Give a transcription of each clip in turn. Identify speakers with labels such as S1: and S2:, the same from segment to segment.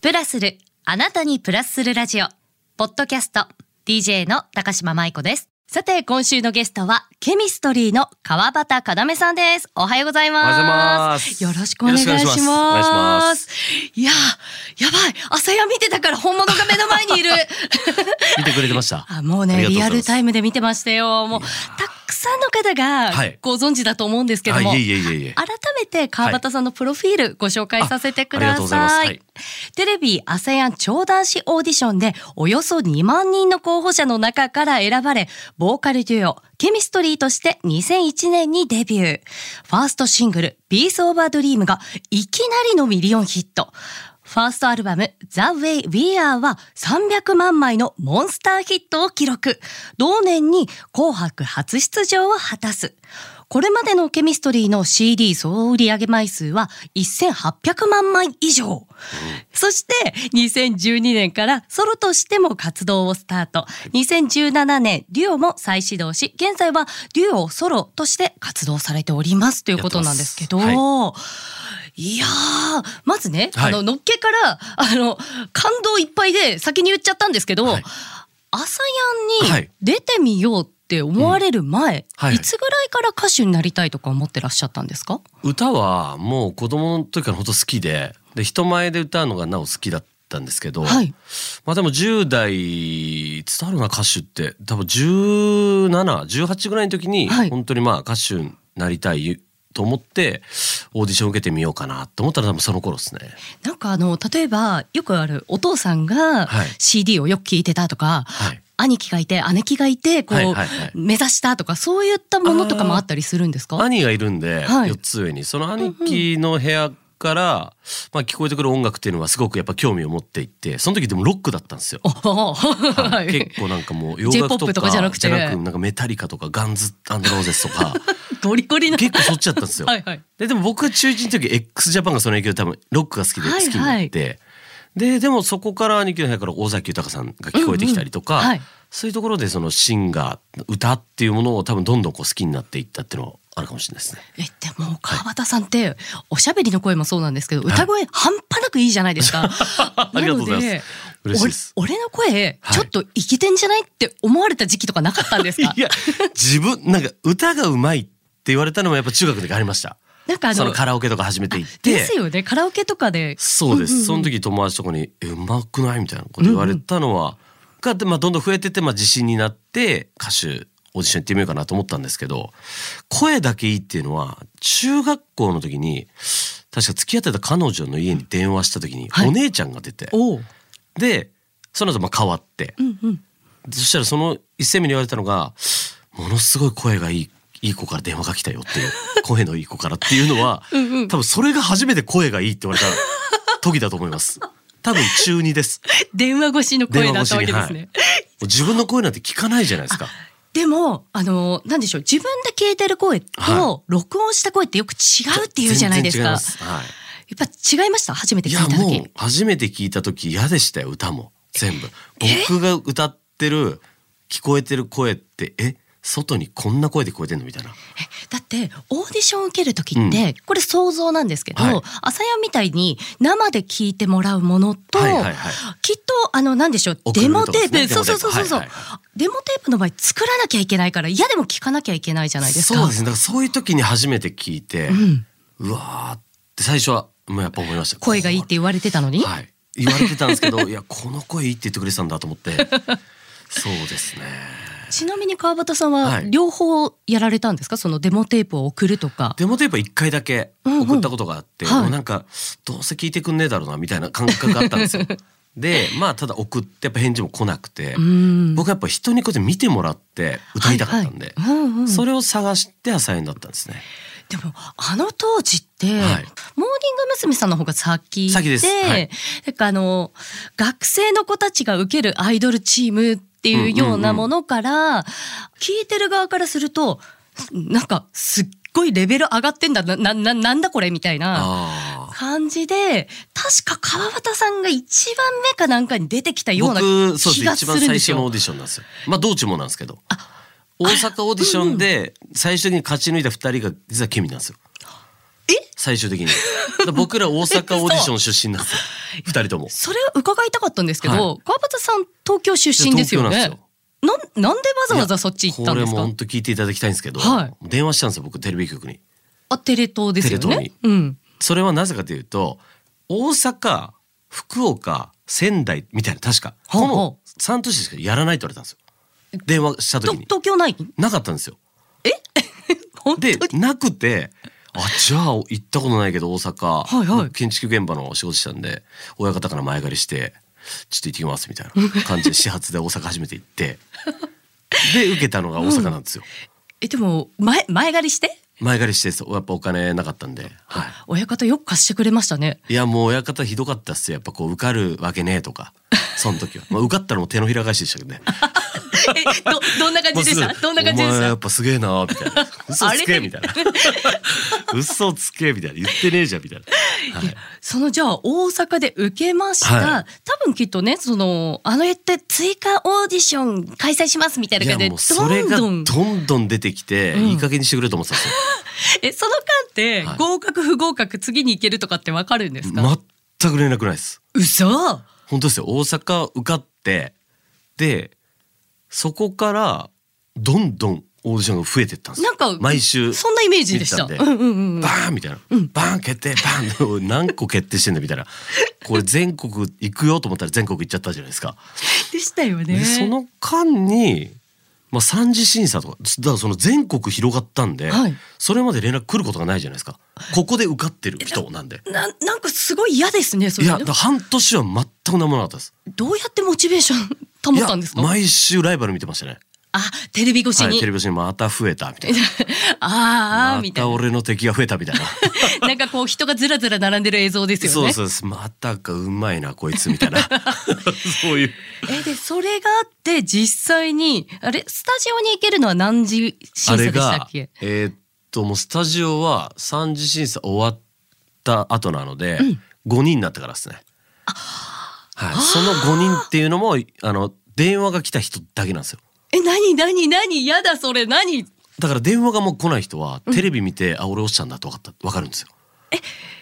S1: プラスる、あなたにプラスするラジオ、ポッドキャスト、DJ の高島舞子です。さて、今週のゲストは、ケミストリーの川端かなめさんです。おはようございます。
S2: おはようございます
S1: よろしくお願いします。
S2: よろしくお願いします
S1: いやー、やばい。朝や見てたから本物が目の前 にいる。
S2: 見てくれてました。
S1: あもう
S2: あ
S1: ね
S2: りがとう
S1: リ
S2: ござ
S1: ア
S2: います
S1: ルタイムで見てましたよ。もう
S2: いや
S1: たくさんの方が
S2: はい
S1: ご存知だと思うんですけども、
S2: はいいえいえいえいえ
S1: 改めて川端さんのプロフィールご紹介させてく
S2: ああり
S1: だ
S2: がとうございます
S1: さ
S2: はいい。
S1: テレビアセアン超男子オーディションでおよそ2万人の候補者の中から選ばれ、ボーカルデュオ、ケミストリーとして2001年にデビュー。ファーストシングル、ピースオーバードリームがいきなりのミリオンヒット。ファーストアルバム、The Way We Are は300万枚のモンスターヒットを記録。同年に紅白初出場を果たす。これまでのケミストリーの CD 総売上枚数は1800万枚以上。そして2012年からソロとしても活動をスタート。2017年、デュオも再始動し、現在はデュオソロとして活動されておりますということなんですけど、
S2: やって
S1: い、やー、まずね、
S2: はい
S1: あの、のっけから、あの、感動いっぱいで先に言っちゃったんですけど、
S2: はい
S1: 朝
S2: は
S1: やんに
S2: い
S1: 出てみようって思われる前、い
S2: はい
S1: つぐらいから歌手になりたいとか思ってらっしゃったんですか
S2: 歌はもう子供の時から本当好きで、で人前で歌うのがなお好きだったんですけど、
S1: はい。
S2: まあでも10代伝わるな歌手って多分17、18ぐらいの時に
S1: はい
S2: 本当にまあ歌手になりたいと思ってオーディション受けてみようかなと思ったら多分その頃ですね。
S1: なんかあの、例えば、よくあるお父さんが
S2: はい
S1: CD をよく聞いてたとか、
S2: はい。
S1: 兄貴がいて、姉貴がいて、こう、
S2: はいはいはい
S1: 目指したとか、そういったものとかもあったりするんですか
S2: 兄がいるんで、
S1: はい
S2: 4つ上にその兄貴の部屋から、まあ、聞こえてくる音楽っていうのはすごくやっぱ興味を持っていってその時でもロックだったんですよ。
S1: おおは
S2: はいい結構なんかもう洋楽
S1: J-POP
S2: とか
S1: とかじゃなくて
S2: なんかメタリカとかガンズローゼスと か
S1: ゴリゴリの。
S2: 結構そっちだったんですよ。
S1: はいはい。
S2: ででも僕が中1の時 x ジャパンがその影響で多分ロックが好きで
S1: は
S2: 好
S1: いはい
S2: きになって、ででもそこから兄貴の部屋から尾崎豊さんが聞こえてきたりとか、
S1: うんうんはい
S2: そういうところでそのシンガー歌っていうものを多分どんどんこう好きになっていったっていうのはあるかもしれないですね。
S1: え、でも、川端さんって、おしゃべりの声もそうなんですけど、歌声半端なくいいじゃないですか。
S2: ありがとうございます
S1: なので
S2: 嬉しいです
S1: 俺俺の声、
S2: はい
S1: ちょっと生きてんじゃないって思われた時期とかなかったんですか
S2: いや自分なんか歌がうまいって言われたのもやっぱ中学の時ありました。
S1: なんかあ
S2: その
S1: の、
S2: カラオケとか始めていって。
S1: ですよね、カラオケとかで。
S2: そうです、
S1: んんん
S2: その時友達とかに「えうまくない?」みたいなこと言われたのは、がでまあ、どんどん増えてって、まあ、自信になって歌手オーディション行ってみようかなと思ったんですけど声だけいいっていうのは中学校の時に確か付き合ってた彼女の家に電話した時に、
S1: はい
S2: お姉ちゃんが出て
S1: おう。
S2: でその後まあ変わって、
S1: うんうん。
S2: そしたらその一斉目に言われたのが「ものすごい声がいいいい子から電話が来たよ」 っていう声のいい子からっていうのは
S1: うんうん
S2: 多分それが初めて声がいいって言われた時だと思います。多分中二です。
S1: 電話越しの声
S2: 電
S1: だ
S2: 話
S1: ったわけで
S2: 越しに、は
S1: す
S2: い。
S1: ね
S2: も。う自分の声なんて聞かないじゃないですか。
S1: でも、あの、なんでしょう、自分で聞いてる声
S2: は
S1: と、録音した声ってよく違うって言うじゃないですか。
S2: 全然違
S1: や
S2: ま
S1: っ
S2: すはい。
S1: ぱ違いました初めて
S2: い
S1: 聞い
S2: や
S1: た
S2: もう
S1: 時。
S2: 初めて聞いた時嫌でしたよ歌も全部
S1: え
S2: 僕が歌ってる聞こえてる声ってえ外にこんな声で聞こえてんのみたいな
S1: えだって、オーディション受ける時って、
S2: う
S1: これ想像なんですけど、
S2: はい
S1: 朝やんみたいに生で聞いてもらうものと、
S2: はいはいはい
S1: きっと、あの、なんでしょう、
S2: 送
S1: デ
S2: る
S1: モ
S2: とか
S1: テ
S2: ですね
S1: ープ、そうそうそうそうそう。
S2: デモテープはいはいは
S1: デモテープの場合作らなきゃいけないから嫌でも聞かなきゃいけないじゃないですか。
S2: そうですね。だからそういう時に初めて聞いて、うんわーって最初はもうやっぱ思いました。
S1: 声がいいって言われてたのに、
S2: はい。言われてたんで すけど、いやこの声いいって言ってくれてたんだと思って。そうですね。
S1: ちなみに川端さんは
S2: はい
S1: 両方やられたんですかそのデモテープを送るとか。
S2: デモテープは一回だけ
S1: うんうん
S2: 送ったことがあって、
S1: はい
S2: もうなんかどうせ聞いてくんねえだろうなみたいな感覚があった んですよ。で、まあただ送ってやっぱ返事も来なくて
S1: う、ん
S2: 僕はやっぱ人にこうやって見てもらって歌いたかったんで、
S1: はいはいうんうん
S2: それを探して朝演だったんですね。
S1: でもあの当時って、モーニング娘。さんの方が先で
S2: 先ですはい
S1: なんかあの学生の子たちが受けるアイドルチームっていうようなものから、聞いてる側からするとなんかすっごいレベル上がってんだななななんだこれみたいな
S2: ああ。
S1: 感じで確か川端さんが一番目かなんかに出てきたような
S2: 僕そう
S1: 気
S2: で
S1: が
S2: す
S1: す
S2: 一番
S1: るんで
S2: 最
S1: す
S2: 初の
S1: よ
S2: オー。ディションなんですよまあ道中もなんですけど大阪オーディションで最終的に勝ち抜いた2人が実はケミなんですよ最終的にだから僕ら大阪オーディション出身なんです よ二人とも
S1: それ伺いたかったんですけど、
S2: はい
S1: 川端さん東京出身ですよ
S2: いや東京なん
S1: ね
S2: です
S1: なん
S2: よ
S1: なんでわざわざそっち行ったんです
S2: これも
S1: か
S2: 本当聞いていただきたいんですけど、
S1: は
S2: 電話したんですよ僕テレビ局に
S1: あテレ東ですよ
S2: テレ
S1: ね
S2: 東
S1: うん
S2: それはなぜかというと大阪福岡仙台みたいな確か
S1: ほう
S2: こ
S1: ほう
S2: の3都市しかやらないと言われたんですよ電話した
S1: と
S2: 時に
S1: 東京ない
S2: なかったんですよ
S1: 本当
S2: で
S1: に
S2: なくてあじゃあ行ったことないけど大阪、
S1: はいはい
S2: 建築現場の仕事したんで親方から前借りしてちょっと行ってきますみたい な感じで始発で大阪初めて行ってで受けたのが大阪なんですよ、
S1: えでも前前借りして
S2: 前借りしてそうやっぱお金なかったんで、はい、
S1: 親方よく貸してくれましたね
S2: いやもう親方ひどかったっすよやっぱこう受かるわけねえとかその時は、まあ、受かったのも手のひら返しでしたけど ね
S1: えどどんな感
S2: もう
S1: じです
S2: ぐ
S1: したどんな感じで
S2: お
S1: し
S2: 前や
S1: た
S2: っぱすげえな」みた いな「嘘つ
S1: あれ
S2: け」みたいな「嘘つけ」みたいな「言ってねえじゃん」みたいな、はい、
S1: そのじゃあ大阪で受けました、
S2: は
S1: 多分きっとねそのあのやって追加オーディション開催しますみたい
S2: い
S1: な
S2: や
S1: 感じで
S2: もうそれが
S1: ど
S2: ど
S1: ん
S2: ん
S1: どん
S2: どん出てきて、
S1: うん
S2: いい加減にしてくれると思ってたんですよ
S1: えその間って、
S2: はい
S1: 合格不合格次に行けるとかってわかるんですか、
S2: 全く連絡ないです
S1: 嘘
S2: 本当ですよ大阪受かってでそこからどんどんオーディションが増えてったんですよ
S1: なんか
S2: 毎週
S1: そんなイメージでした
S2: 見て
S1: う
S2: た
S1: ん
S2: ん
S1: うんうん
S2: バーンみたいな、
S1: うん
S2: バーン決定バーン何個決定してんだみたいなこれ全国行くよと思ったら全国行っちゃったじゃないですか。
S1: でしたよね
S2: でその間に、まあ、三次審査とかだからその全国広がったんで、
S1: はい
S2: それまで連絡来ることがないじゃないですかここで受かってる人なんで。
S1: ななんかすごい嫌ですねそ
S2: い
S1: れ
S2: やだから半年は全く何もなかったです。
S1: どうやってモチベーション保ったんです
S2: いや
S1: か
S2: 毎週ライバル見てましたね。
S1: あテレビ越し
S2: はい、
S1: に、
S2: テレビ越しにまた増えたみたいな。
S1: あーあー
S2: ま
S1: みたい
S2: た
S1: な
S2: 俺の敵が増えたみたいな。
S1: なんかこう人がずらずら並んでる映像 ですよね。
S2: そうそうです。またかうまいなこいつみたい な。 そういう。
S1: えでそれがあって実際にあれスタジオに行けるのは何時審査でしたっ
S2: あれ
S1: け
S2: が？えーっともうスタジオは3次審査終わった後なので、五5人になってからですね。はい、その5人っていうのもあの電話が来た人だけなんですよ。
S1: え何何何やだそれ何
S2: だから電話がもう来ない人はテレビ見て、あ俺落ちたんだって分かった分かるんですよ。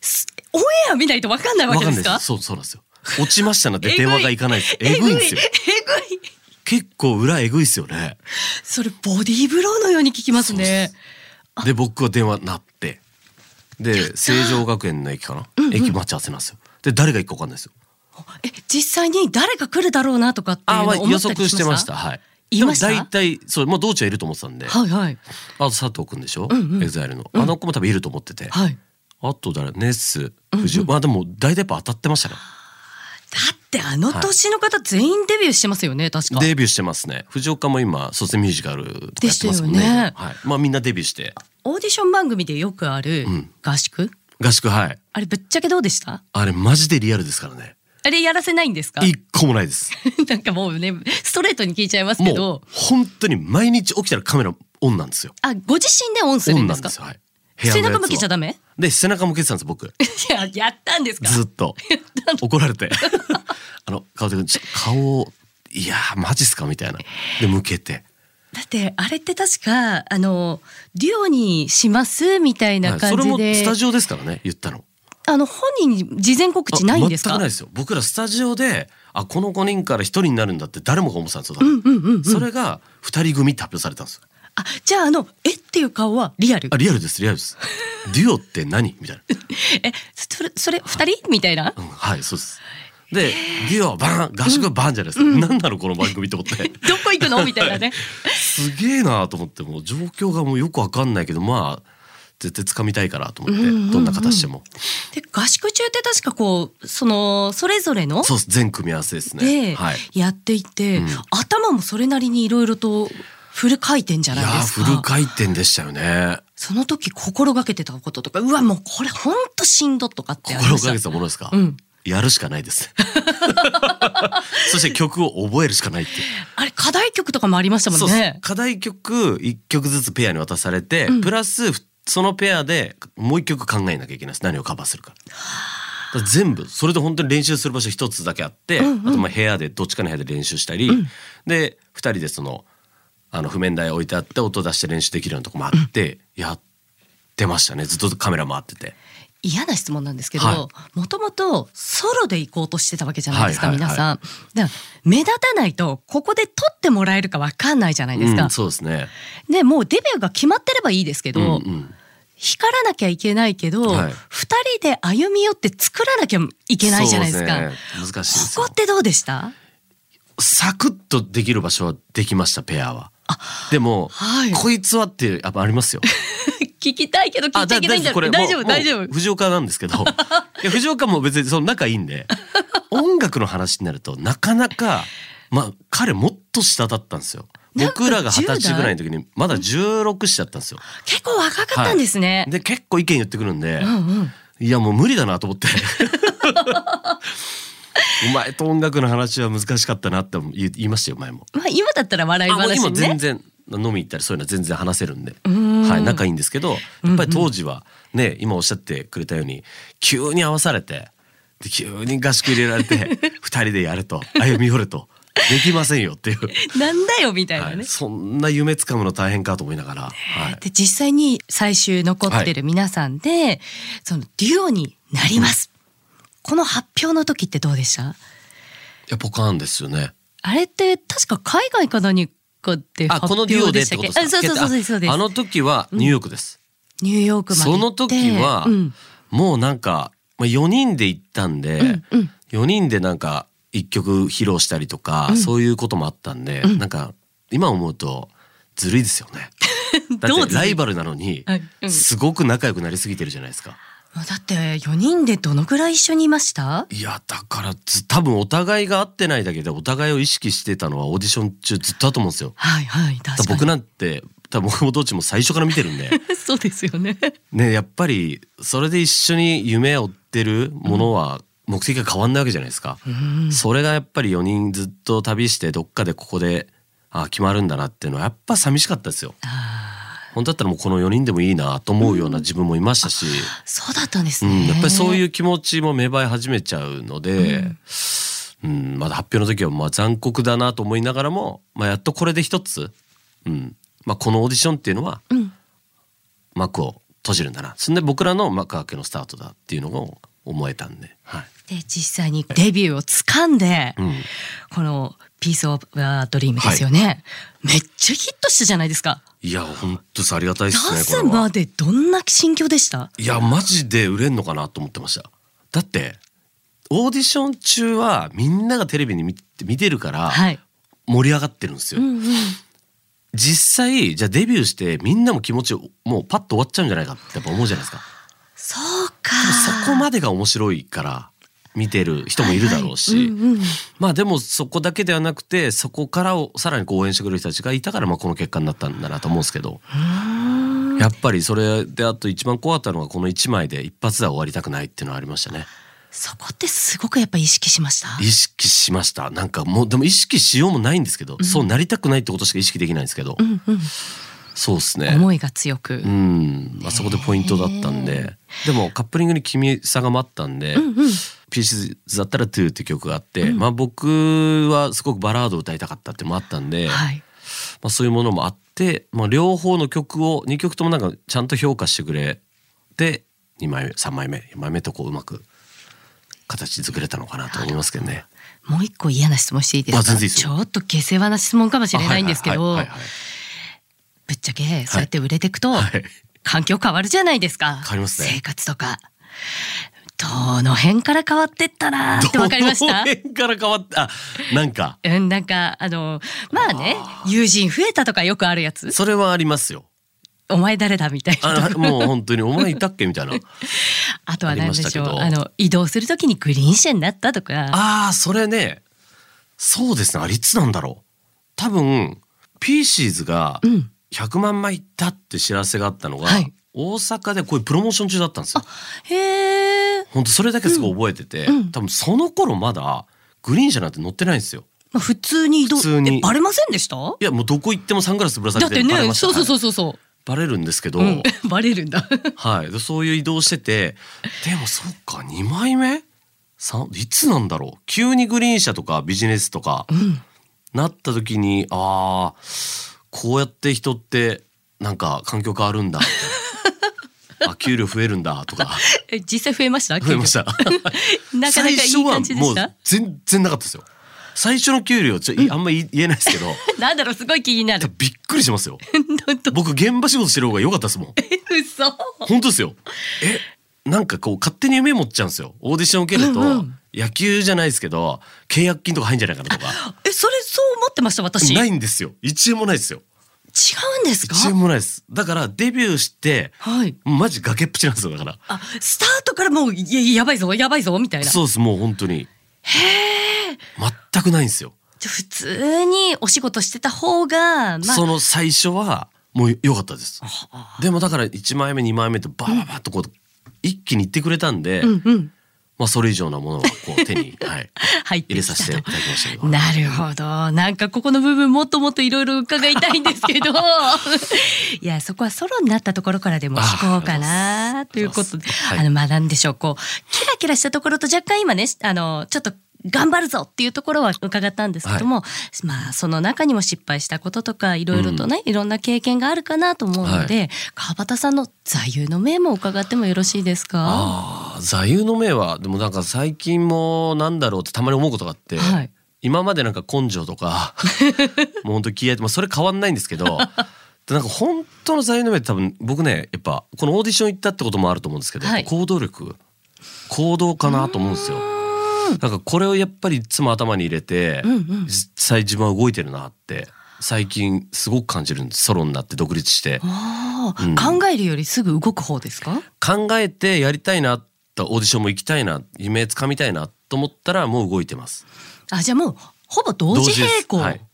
S1: すオンエア見ないとわかんないわ
S2: 分
S1: け
S2: かん
S1: で
S2: ない
S1: す
S2: で
S1: か
S2: す。？そうそうなんですよ。落ちましたなん
S1: え
S2: て
S1: ぐい
S2: 電話が行かないです。えぐいんですよ
S1: え。ぐいえぐい
S2: 結構裏えぐいですよね。
S1: それボディーブローのように聞きますね。
S2: で僕は電話鳴ってで成城学園の駅かな、駅待ち合わせなんですよ。で誰が行くか分かんないですよ。
S1: え実際に誰が来るだろうなとかっていうの
S2: あ
S1: を
S2: まあ
S1: 思
S2: 予
S1: ったり
S2: 測してました。はい。で
S1: い
S2: も
S1: ました
S2: 大体そうまあ道中はいると思ってたんで、あ
S1: はいはい
S2: と佐藤くんでしょ。
S1: うんうん
S2: エグザイルのあの子も多分いると思ってて、
S1: はい。
S2: あと誰ネッス藤尾、まあでも大体やっぱ当たってましたね。
S1: だってあの年の方全員デビューしてますよね確か。
S2: デビューしてますね。藤岡も今卒ミュージカルとかやってますもんね。
S1: ですよね
S2: はい。まあみんなデビューして
S1: オーディション番組でよくある
S2: うん
S1: 合宿、
S2: 合宿はい。
S1: あれぶっちゃけどうでした
S2: あれマジでリアルですからね。
S1: あれやらせないんですか
S2: 一個もないです。
S1: なんかもうねストレートに聞いちゃい ますけ
S2: もう
S1: ど
S2: 本当に毎日起きたらカメラオンなんですよ。
S1: あご自身でオンす
S2: オ
S1: るん
S2: ン
S1: で
S2: な
S1: す
S2: ん
S1: か
S2: ですよ。はい。
S1: 背中向けちゃダ
S2: メ。
S1: メ
S2: で背中向けてたんです僕。
S1: いややったんですか
S2: ず っと怒られて あの顔でちょ顔をいやーマジっすかみたいなで向けて
S1: だってあれって確かあのデュオにしますみたいな
S2: は
S1: い
S2: そ
S1: 感
S2: れ
S1: じ
S2: も
S1: で、
S2: スタジオですからね言ったの
S1: あの本人に事前告知ないんですか
S2: あ全くないですよ僕らスタジオであこの5人から1人になるんだって誰もが思ってたんですよ、多
S1: う
S2: 分
S1: んうんうんうん
S2: それが2人組って発表されたんですよ
S1: あじゃああのえっていう顔はリアル
S2: あリアルですリアルです デュオって何みたいな、
S1: えそれそれ二人みたい な
S2: うん、はいそうですでデュオバーン合宿バーンじゃないですか、何なのこの番組と思って
S1: どこ行くのみたいなね
S2: すげえなと思ってもう状況がもうよくわかんないけどまあ絶対掴みたいからと思って、
S1: うんうんうん
S2: どんな形でも
S1: で合宿中って確かこうそのそれぞれの
S2: そうです全組み合わせですね
S1: で
S2: はい
S1: やっていて、
S2: うん
S1: 頭もそれなりにいろいろとフル回転じゃ
S2: い
S1: な
S2: や
S1: い
S2: ー
S1: です
S2: フル
S1: か
S2: 回転でしたよね
S1: その時心がけてたこととかうわもうこれほんとしんどとかってあり
S2: 心
S1: ま
S2: を
S1: し
S2: か
S1: た
S2: けてたものですか、
S1: うん
S2: やるしかないです そして曲を覚えるしかないっていう
S1: あれ課題曲とかもありましたも
S2: そ
S1: ん
S2: う
S1: ね
S2: そう課題曲1曲ずつペアに渡されて、
S1: うん
S2: プラスそのペアでもう1曲考えなきゃいけないです何をカバーするか。だから全部それで本当に練習する場所一つだけあって、
S1: うんうん
S2: あとまあ部屋でどっちかの部屋で練習したり、で2人でそのあの譜面台置いてあって音出して練習できるようなとこもあって、やって出ましたねずっとカメラ回ってて
S1: 嫌な質問なんですけど
S2: は
S1: もともとソロで行こうとしてたわけじゃないですか、
S2: はいはいは
S1: 皆
S2: い
S1: さんだから目立たないとここで撮ってもらえるか分かんないじゃないですか、
S2: うんそうですね
S1: でもうデビューが決まってればいいですけど、
S2: うんうん
S1: 光らなきゃいけないけど、
S2: はい
S1: 二人で歩み寄って作らなきゃいけないじゃないですか
S2: そうですね難しいです
S1: こ
S2: よ
S1: こってどうでした
S2: サクッとできる場所はできましたペアはでも、
S1: はい
S2: こいつはってやっぱありま すよ
S1: 聞きたいけど聞いちゃいけないんじゃない大
S2: 大
S1: 丈夫大丈夫
S2: 藤岡なんで すけどいや藤岡も別にその仲いいんで音楽の話になるとなかなかまあ彼もっと下だったんですよ
S1: なんか
S2: 僕らが二十
S1: 10
S2: 歳
S1: 代
S2: ぐらいの時にまだ16歳だったんですよ
S1: 結構若かったんですね、
S2: で結構意見言ってくるんで、
S1: うんうん
S2: いやもう無理だなと思って お前と音楽の話は難しかったなって言い言いましたよ前も
S1: まあ今だったら笑い
S2: あもう
S1: 話
S2: 今
S1: にね
S2: 全然飲み行ったりそういうのは全然話せるんで、
S1: ん
S2: はい、仲いいんですけどやっぱり当時はね今おっしゃってくれたように急に合わされてで急に合宿入れら れて二人でやると歩み寄るとできませんよっていう、
S1: なんだよみたいな
S2: は
S1: ね、
S2: い、そんな夢つかむの大変かと思いながら、はい、
S1: で実際に最終残ってる皆さんで、そのデュオになります、この発表の時ってどうでした
S2: いやポカーンですよね。
S1: あれって確か海外か何かで
S2: あ
S1: 発
S2: このデュオ
S1: 表
S2: で
S1: で
S2: っ
S1: してたっ
S2: こ
S1: け
S2: とですか
S1: あそうそうそうです
S2: あ
S1: そうです
S2: あの時はニューヨークです、
S1: ニューヨークまで行
S2: そ
S1: って
S2: の時は、
S1: うん
S2: もうなんか、まあ、4人で行ったんで、
S1: うん
S2: 4人でなんか1曲披露したりとか、
S1: うん
S2: そういうこともあったんで、
S1: ん
S2: なんか今思うとずるいですよ ね。だ
S1: ど
S2: っ
S1: う
S2: て
S1: ずるい
S2: ライバルなのに
S1: あうん
S2: すごく仲良くなりすぎてるじゃないですか。
S1: もうだって4人でどのぐらい一緒にいました
S2: いやだからず多分お互いが合ってないだけでお互いを意識してたのはオーディション中ずっとだと思うんですよ。
S1: はいはい
S2: だから
S1: 確かに
S2: 僕なんて多分僕もどっちも最初から見てるんで。
S1: そうですよね
S2: ねやっぱりそれで一緒に夢を追ってるものは目的が変わんないわけじゃないですか、
S1: うん
S2: それがやっぱり4人ずっと旅してどっかでここであ決まるんだなっていうのはやっぱ寂しかったですよ本当だったらもうこの4人でもいいなと思うような自分もいましたし、
S1: そうだったんです
S2: うん
S1: ね、
S2: やっぱりそういうう気持ちも芽生え始めちゃうので、うんまだ発表の時はまあ残酷だなと思いながらも、まあ、やっとこれで一つ、うんまあ、このオーディションっていうのは
S1: うん
S2: 幕を閉じるんだなそんで僕らの幕開けのスタートだっていうのを思えたんで、はい
S1: で実際にデビューを掴んで、
S2: うん、
S1: この「ピース・オブ・ドリーム」ですよね、めっちゃヒットしたじゃないですか。
S2: いや本当さありがたいで
S1: 出
S2: す
S1: す
S2: ねこれは
S1: までどんな心境でした
S2: いやマジで売れんのかなと思ってましただってオーディション中はみんながテレビに見て見てるから
S1: はい、
S2: 盛り上がってるんです
S1: う
S2: よ、
S1: んうん、
S2: 実際じゃあデビューしてみんなも気持ちをもうパッと終わっちゃうんじゃないかってやっぱ思うじゃないですか
S1: そうか
S2: でもそこまでが面白いから見てる人もいるだろう
S1: は
S2: し、
S1: いはいうんうん
S2: まあでもそこだけではなくてそこからをさらにこう応援してくれる人たちがいたからまあこの結果になったんだなと思うんですけどやっぱりそれであと一番怖かったのがこの1枚で一発では終わりたくないっていうのはありましたね
S1: そこってすごくやっぱ意識しました
S2: 意識しましたなんかもうでも意識しようもないんですけど、そうなりたくないってことしか意識できないんですけど、
S1: うんうん
S2: そうですね
S1: 思いが強く、
S2: うん、あそこでポイントだったんで、でもカップリングに君さが待ったんで、ピースズだったらトゥーって曲があって、まあ僕はすごくバラードを歌いたかったってのもあったんで、
S1: はい
S2: まあそういうものもあって、まあ両方の曲を2曲ともなんかちゃんと評価してくれて、2枚目、3枚目、4枚目とこううまく形作れたのかなと思いますけどね。
S1: もう一個嫌な質問していいです
S2: あ
S1: か
S2: 全然いいです
S1: ち
S2: よ
S1: ょっと下世話な質問かもしれないんですけ
S2: あ
S1: ど
S2: はいはいはいはい
S1: ぶっちゃけそうやって売れてくと、
S2: はい
S1: 環境変わるじゃないですか
S2: 変わりますね
S1: 生活とかどの辺から変わってったなーってわかりました
S2: どの辺から変わった、あ、なんか、
S1: うん、なんかあのまあね友人増えたとかよくあるやつ
S2: それはありますよ。
S1: お前誰だみたいな
S2: あもう本当に、お前いたっけみた いな。
S1: あとは何でしょう
S2: あり
S1: あ
S2: ましたけど
S1: の移動するときにグリーン車になったとか
S2: ああ、それね。そうですね。あれいつなんだろう。多分、ピーシーズが
S1: ん
S2: 100万枚いったって知らせがあったのが、
S1: はい
S2: 大阪でこういうプロモーション中だったんですよ。
S1: へえ、
S2: 本当それだけすごい覚えてて、多分その頃まだグリーン車なんて乗ってないんですよ。
S1: まあ、普通に移動
S2: 普通に
S1: えバレませんでした
S2: いや、もうどこ行ってもサングラスぶら下
S1: だ
S2: げ
S1: ってて
S2: バレ
S1: ね
S2: ました
S1: そうそう
S2: は
S1: そ
S2: いう
S1: そうそ
S2: バレるんですけど、
S1: う、うん、 バレるんだ
S2: はい。でそういう移動してて、でもそっか、2枚目さいつなんだろう急にグリーン車とかビジネスとか、なった時に、 ああ、こうやって人って、なんか環境変わるんだみたいあ給料増えるんだとか
S1: え実際増えました
S2: 増え ました。
S1: なかなかいい感じで
S2: も
S1: し
S2: う
S1: た
S2: 全然なかったですよ。最初の給料ちょ、いあんま言えないですけ ど、
S1: なんだろうすごい気になる
S2: びっくりしますよ。
S1: どど
S2: 僕現場仕事してる方が良かったですもん。
S1: 嘘
S2: 本当ですよ。え、なんかこう勝手に夢持っちゃうんですよ。オーディション受けると、
S1: うんうん
S2: 野球じゃないですけど契約金とか入んじゃないかなとか。
S1: えそれそう思ってました私違う
S2: なんいんですよ。一円もないですよ。
S1: ですか
S2: 一円もないです。だからデビューして
S1: はい
S2: マジ崖っぷちなんですよだから。
S1: あスタートからもういややばいぞやばいぞみたいな
S2: そうですもう本当に。全くないんですよ。
S1: じゃあ普通にお仕事してた方がまあ
S2: その最初はもう良かったです。
S1: あ
S2: でもだから1枚目2枚目とバーバーバーっとこう一気にいってくれたんで、
S1: うんうん
S2: まあそれ以上のものはこう手に、はい、
S1: 入って
S2: 入れさせてい
S1: きた
S2: ただきましたけど
S1: と。 なるほどなんかここの部分もっともっといろいろ伺いたいんですけど いやそこはソロになったところからでも聞こうかな
S2: あ
S1: ということで、
S2: はい
S1: あのまあなんでしょうこうキラキラしたところと若干今ねあのちょっと頑張るぞっていうところは伺ったんですけども、まあその中にも失敗したこととかいろいろとね、いろんな経験があるかなと思うので、川端さんの座右の銘も伺ってもよろしいですか
S2: ああ座右の銘はでもなんか最近もなんだろうってたまに思うことがあって、
S1: はい
S2: 今までなんか根性 とかもう本当気合いとまあそれ変わんないんですけどでなんか本当の座右の銘って多分僕ねやっぱこのオーディション行ったってこともあると思うんですけど、
S1: はい
S2: 行動力行動かなと思うんですよ。なんかこれをやっぱりいつも頭に入れて、
S1: うんうん
S2: 実際自分は動いてるなって最近すごく感じるんですソロになって独立して
S1: ああ、
S2: うん
S1: 考えるよりすぐ動く方ですか
S2: 考えてやりたいなとオーディションも行きたいな夢つかみたいなと思ったらもう動いてます
S1: あじゃあもうほぼ同時並行、
S2: 同時で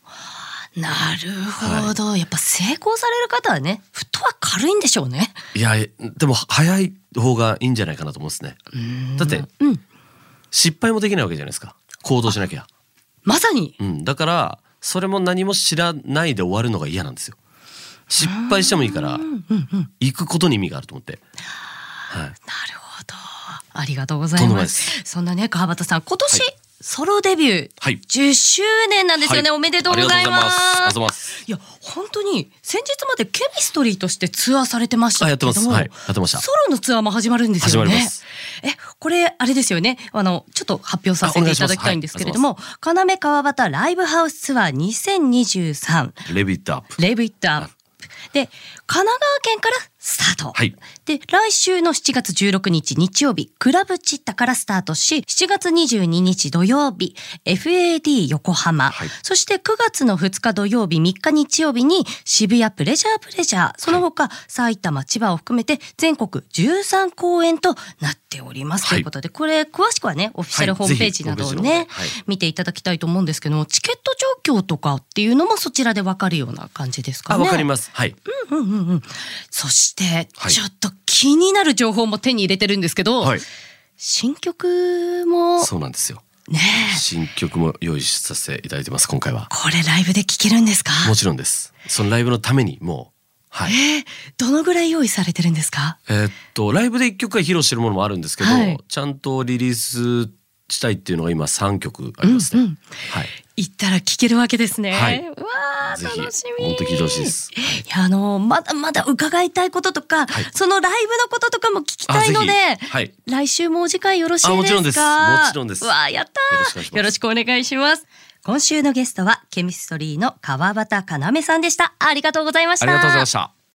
S2: す
S1: なるほど、やっぱ成功される方はねフットワーク軽いんでしょうね
S2: いやでも早い方がいいんじゃないかなと思うんですねだって
S1: うん
S2: 失敗もできないわけじゃないですか行動しなきゃ、
S1: まさに
S2: うん、だからそれも何も知らないで終わるのが嫌なんですよ失敗してもいいから行くことに意味があると思って、はい、
S1: なるほどありがとうござ
S2: と
S1: い
S2: んでもな
S1: ま
S2: いですす
S1: そんなね川端さん今年、
S2: はい
S1: ソロデビュー、
S2: はい
S1: 10周年なんですよね、
S2: は
S1: おめでとうございます
S2: ありがとうございます
S1: いや本当に先日までケミストリーとしてツアーされてましたけども
S2: あやってますはいやってました
S1: ソロのツアーも始まるんですよね
S2: 始まります
S1: えこれあれですよねあのちょっと発表させていただきたいんですけれども「要、川端ライブハウスツアー2023
S2: レビットアップ
S1: レイブイットアップ」で神奈川県からスタート、
S2: はい
S1: で来週の7月16日日曜日クラブチッタからスタートし7月22日土曜日 FAD 横浜、
S2: はい
S1: そして9月の2日土曜日3日日曜日に渋谷プレジャープレジャーその他、埼玉千葉を含めて全国13公演となっております、
S2: はい
S1: ということでこれ詳しくはねオフィシャル
S2: はい
S1: ホームページなどをね、
S2: ぜひホームページの方ではい
S1: 見ていただきたいと思うんですけどもチケット状況とかっていうのもそちらでわかるような感じですか
S2: あ
S1: ね。
S2: わかりますはい
S1: うんうんうん、そして、
S2: はい
S1: ちょっと気になる情報も手に入れてるんですけど、
S2: はい
S1: 新曲も
S2: そうなんですよ
S1: ねえ
S2: 新曲も用意させていただいてます今回は
S1: これライブで聴けるんですか
S2: もちろんですそのライブのためにもうはい
S1: えーどのぐらい用意されてるんですか
S2: えーっとライブで1曲は披露してるものもあるんですけど、
S1: はい
S2: ちゃんとリリースしたいっていうのが今3曲ありますね、
S1: うんうん
S2: はい
S1: 行ったら聴けるわけですね、
S2: はいう
S1: わあ
S2: ぜひ
S1: 楽しみ
S2: 本当聞いてほしいですはい
S1: いやあのまだまだ伺いたいこととか、
S2: はい
S1: そのライブのこととかも聞きたいので、
S2: あぜひはい
S1: 来週もお時間よろしいですか
S2: あもちろんですもちろんです
S1: わあやった
S2: よろしくお願いします
S1: よろしくお願いします今週のゲストはケミストリーの川端かなめさんでしたありがとうございました
S2: ありがとうございました